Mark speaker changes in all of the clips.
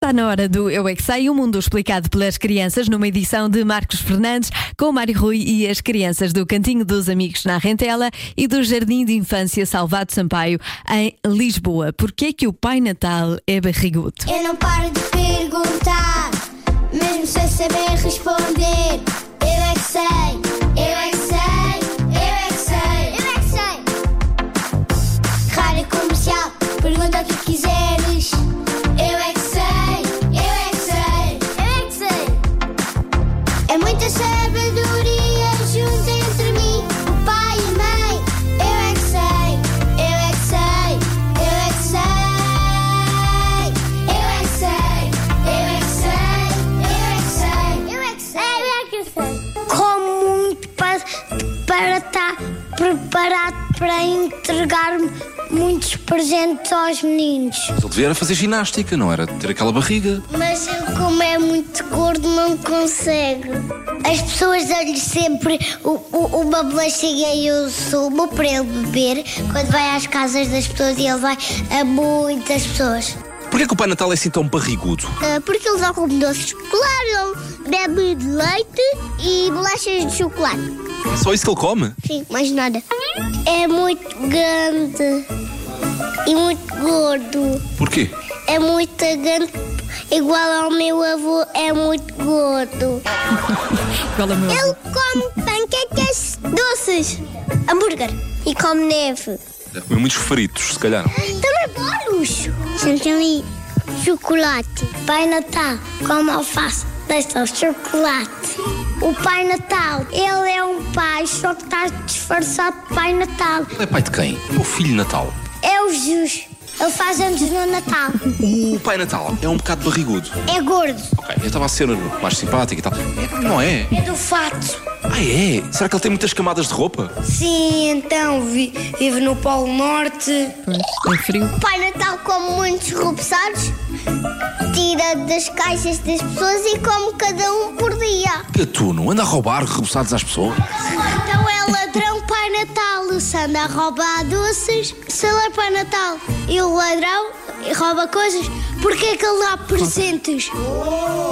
Speaker 1: está na hora do Eu É Que Sei, o mundo explicado pelas crianças, numa edição de Marcos Fernandes, com Mário Rui e as crianças do Cantinho dos Amigos na Rentela e do Jardim de Infância Salvado Sampaio, em Lisboa. Porquê é que o Pai Natal é barrigudo?
Speaker 2: Eu não paro de perguntar, mesmo sem saber responder. Eu é que sei, eu é que sei, eu é que sei, eu é que sei. Rádio comercial, pergunta o que quiseres. Eu é que sei, eu é que sei, eu é que sei. É muita sabedoria junto entre mim, o pai e a mãe. Eu é que sei, eu é que sei, eu é que sei. Eu é que sei, eu é que sei, eu é que sei, eu é que sei, eu é que sei. Como muito para, para estar preparado para entregar muitos presentes aos meninos.
Speaker 3: Ele devia era fazer ginástica, não era ter aquela barriga.
Speaker 2: Mas ele, como é muito gordo, não consegue. As pessoas dão-lhe sempre o- o- uma bolachinha e um sumo para ele beber quando vai às casas das pessoas e ele vai a muitas pessoas. Ah,
Speaker 3: Porquê que o Pai Natal é assim tão barrigudo?
Speaker 2: Porque ele só come doces claro, ele bebe de leite e bolachas de chocolate.
Speaker 3: É só isso que ele come?
Speaker 2: Sim, mais nada. É muito grande e muito gordo.
Speaker 3: Porquê?
Speaker 2: É muito grande, igual ao meu avô, é muito gordo.
Speaker 1: Qual é o meu-
Speaker 2: Ele come panquecas doces, hambúrguer e come neve.
Speaker 3: Deve comer muitos fritos, se calhar.
Speaker 2: Também bolos. Sentem ali chocolate. Pai Natal come alface, deixa o chocolate. O Pai Natal, ele é um pai, só que está disfarçado de Pai Natal.
Speaker 3: Ele é pai de quem? É o filho de Natal.
Speaker 2: É o Jus. Ele faz anos no Natal.
Speaker 3: O Pai Natal é um bocado barrigudo.
Speaker 2: É gordo.
Speaker 3: Ok, eu estava a ser mais simpático e tal. É, não é?
Speaker 2: É do fato.
Speaker 3: Ah, é? Será que ele tem muitas camadas de roupa?
Speaker 4: Sim, então vi- vive no Polo Norte.
Speaker 1: É frio.
Speaker 2: O Pai Natal come muitos rubsados, tira das caixas das pessoas e come cada um por dia.
Speaker 3: Gatuno, anda a roubar reboçados às pessoas.
Speaker 2: Então é ladrão Pai Natal, se anda a roubar doces, selar Pai Natal. E o ladrão rouba coisas, porque é que ele dá presentes?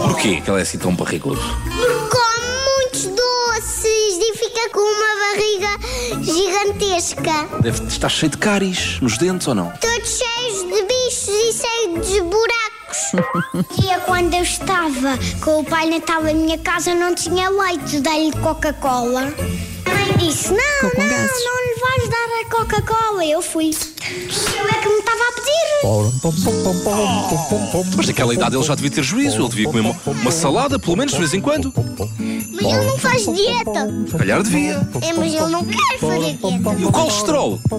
Speaker 3: Porquê que ele é assim tão barrigudo?
Speaker 2: Porque come muitos doces e fica com uma barriga gigantesca.
Speaker 3: Deve estar cheio de cáries nos dentes ou não?
Speaker 2: Todos cheios de bichos e cheios de buracos. e eu, quando eu estava com o Pai Natal na minha casa, não tinha leite, dei-lhe Coca-Cola. A mãe disse: Não,
Speaker 1: Ficou com
Speaker 2: não,
Speaker 1: gases."
Speaker 2: não lhe vais dar a Coca-Cola. Eu fui. Eu é que me estava a pedir.
Speaker 3: Mas naquela idade ele já devia ter juízo, ele devia comer uma, uma salada, pelo menos de vez em quando.
Speaker 2: Mas ele não faz dieta.
Speaker 3: Se calhar devia.
Speaker 2: É, mas ele não quer fazer dieta.
Speaker 3: E o colesterol?
Speaker 2: Não,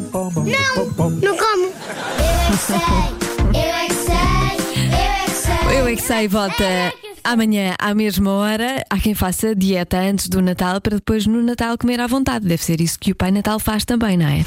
Speaker 2: não como. Eu é que sei, eu é que sei, eu é que sei.
Speaker 1: Eu é que sei, volta amanhã à mesma hora. Há quem faça dieta antes do Natal para depois no Natal comer à vontade. Deve ser isso que o Pai Natal faz também, não é?